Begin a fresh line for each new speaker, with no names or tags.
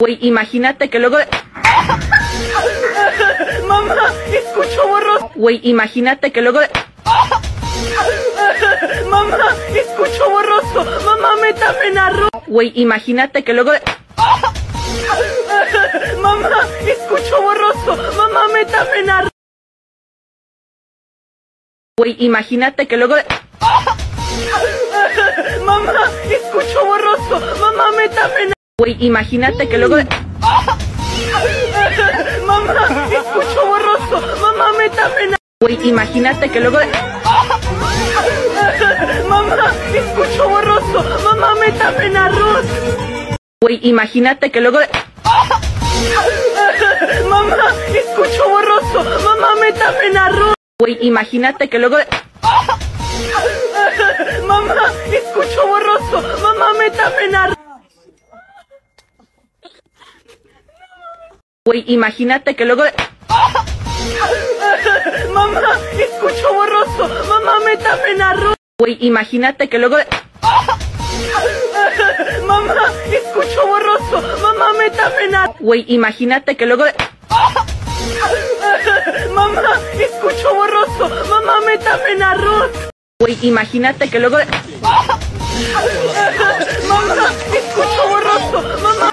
Güey, imagínate que luego de...
Mamá, escucho borroso.
Güey, imagínate que luego de...
Mamá, escucho borroso. Mamá, métame en arroz.
Güey, imagínate que luego de...
Mamá, escucho borroso. Mamá, métame en arroz.
Güey, imagínate que luego de...
Mamá, escucho borroso. Mamá, métame en
Güey, imagínate que luego de...
arroz. Mamá, escucho borroso. Mamá, métame en
Güey, imagínate que luego de...
arroz. Mamá, escucho borroso. Mamá, métame en arroz.
Güey, imagínate que luego de...
Mamá, escucho borroso. Mamá, métame en arroz.
Güey, imagínate que luego de...
Mamá, escucho borroso. Mamá, métame en arroz.
Güey, imagínate que luego de...
Mamá, escucho borroso. Mamá, métame en arroz.
Güey, imagínate que luego de...
Mamá, escucho borroso. Mamá, métame en arroz.
Güey, imagínate que luego de...
Mamá, escucho borroso. Mamá, métame en arroz.
Güey, imagínate que luego de...
Mamá, escucho borroso. Mamá.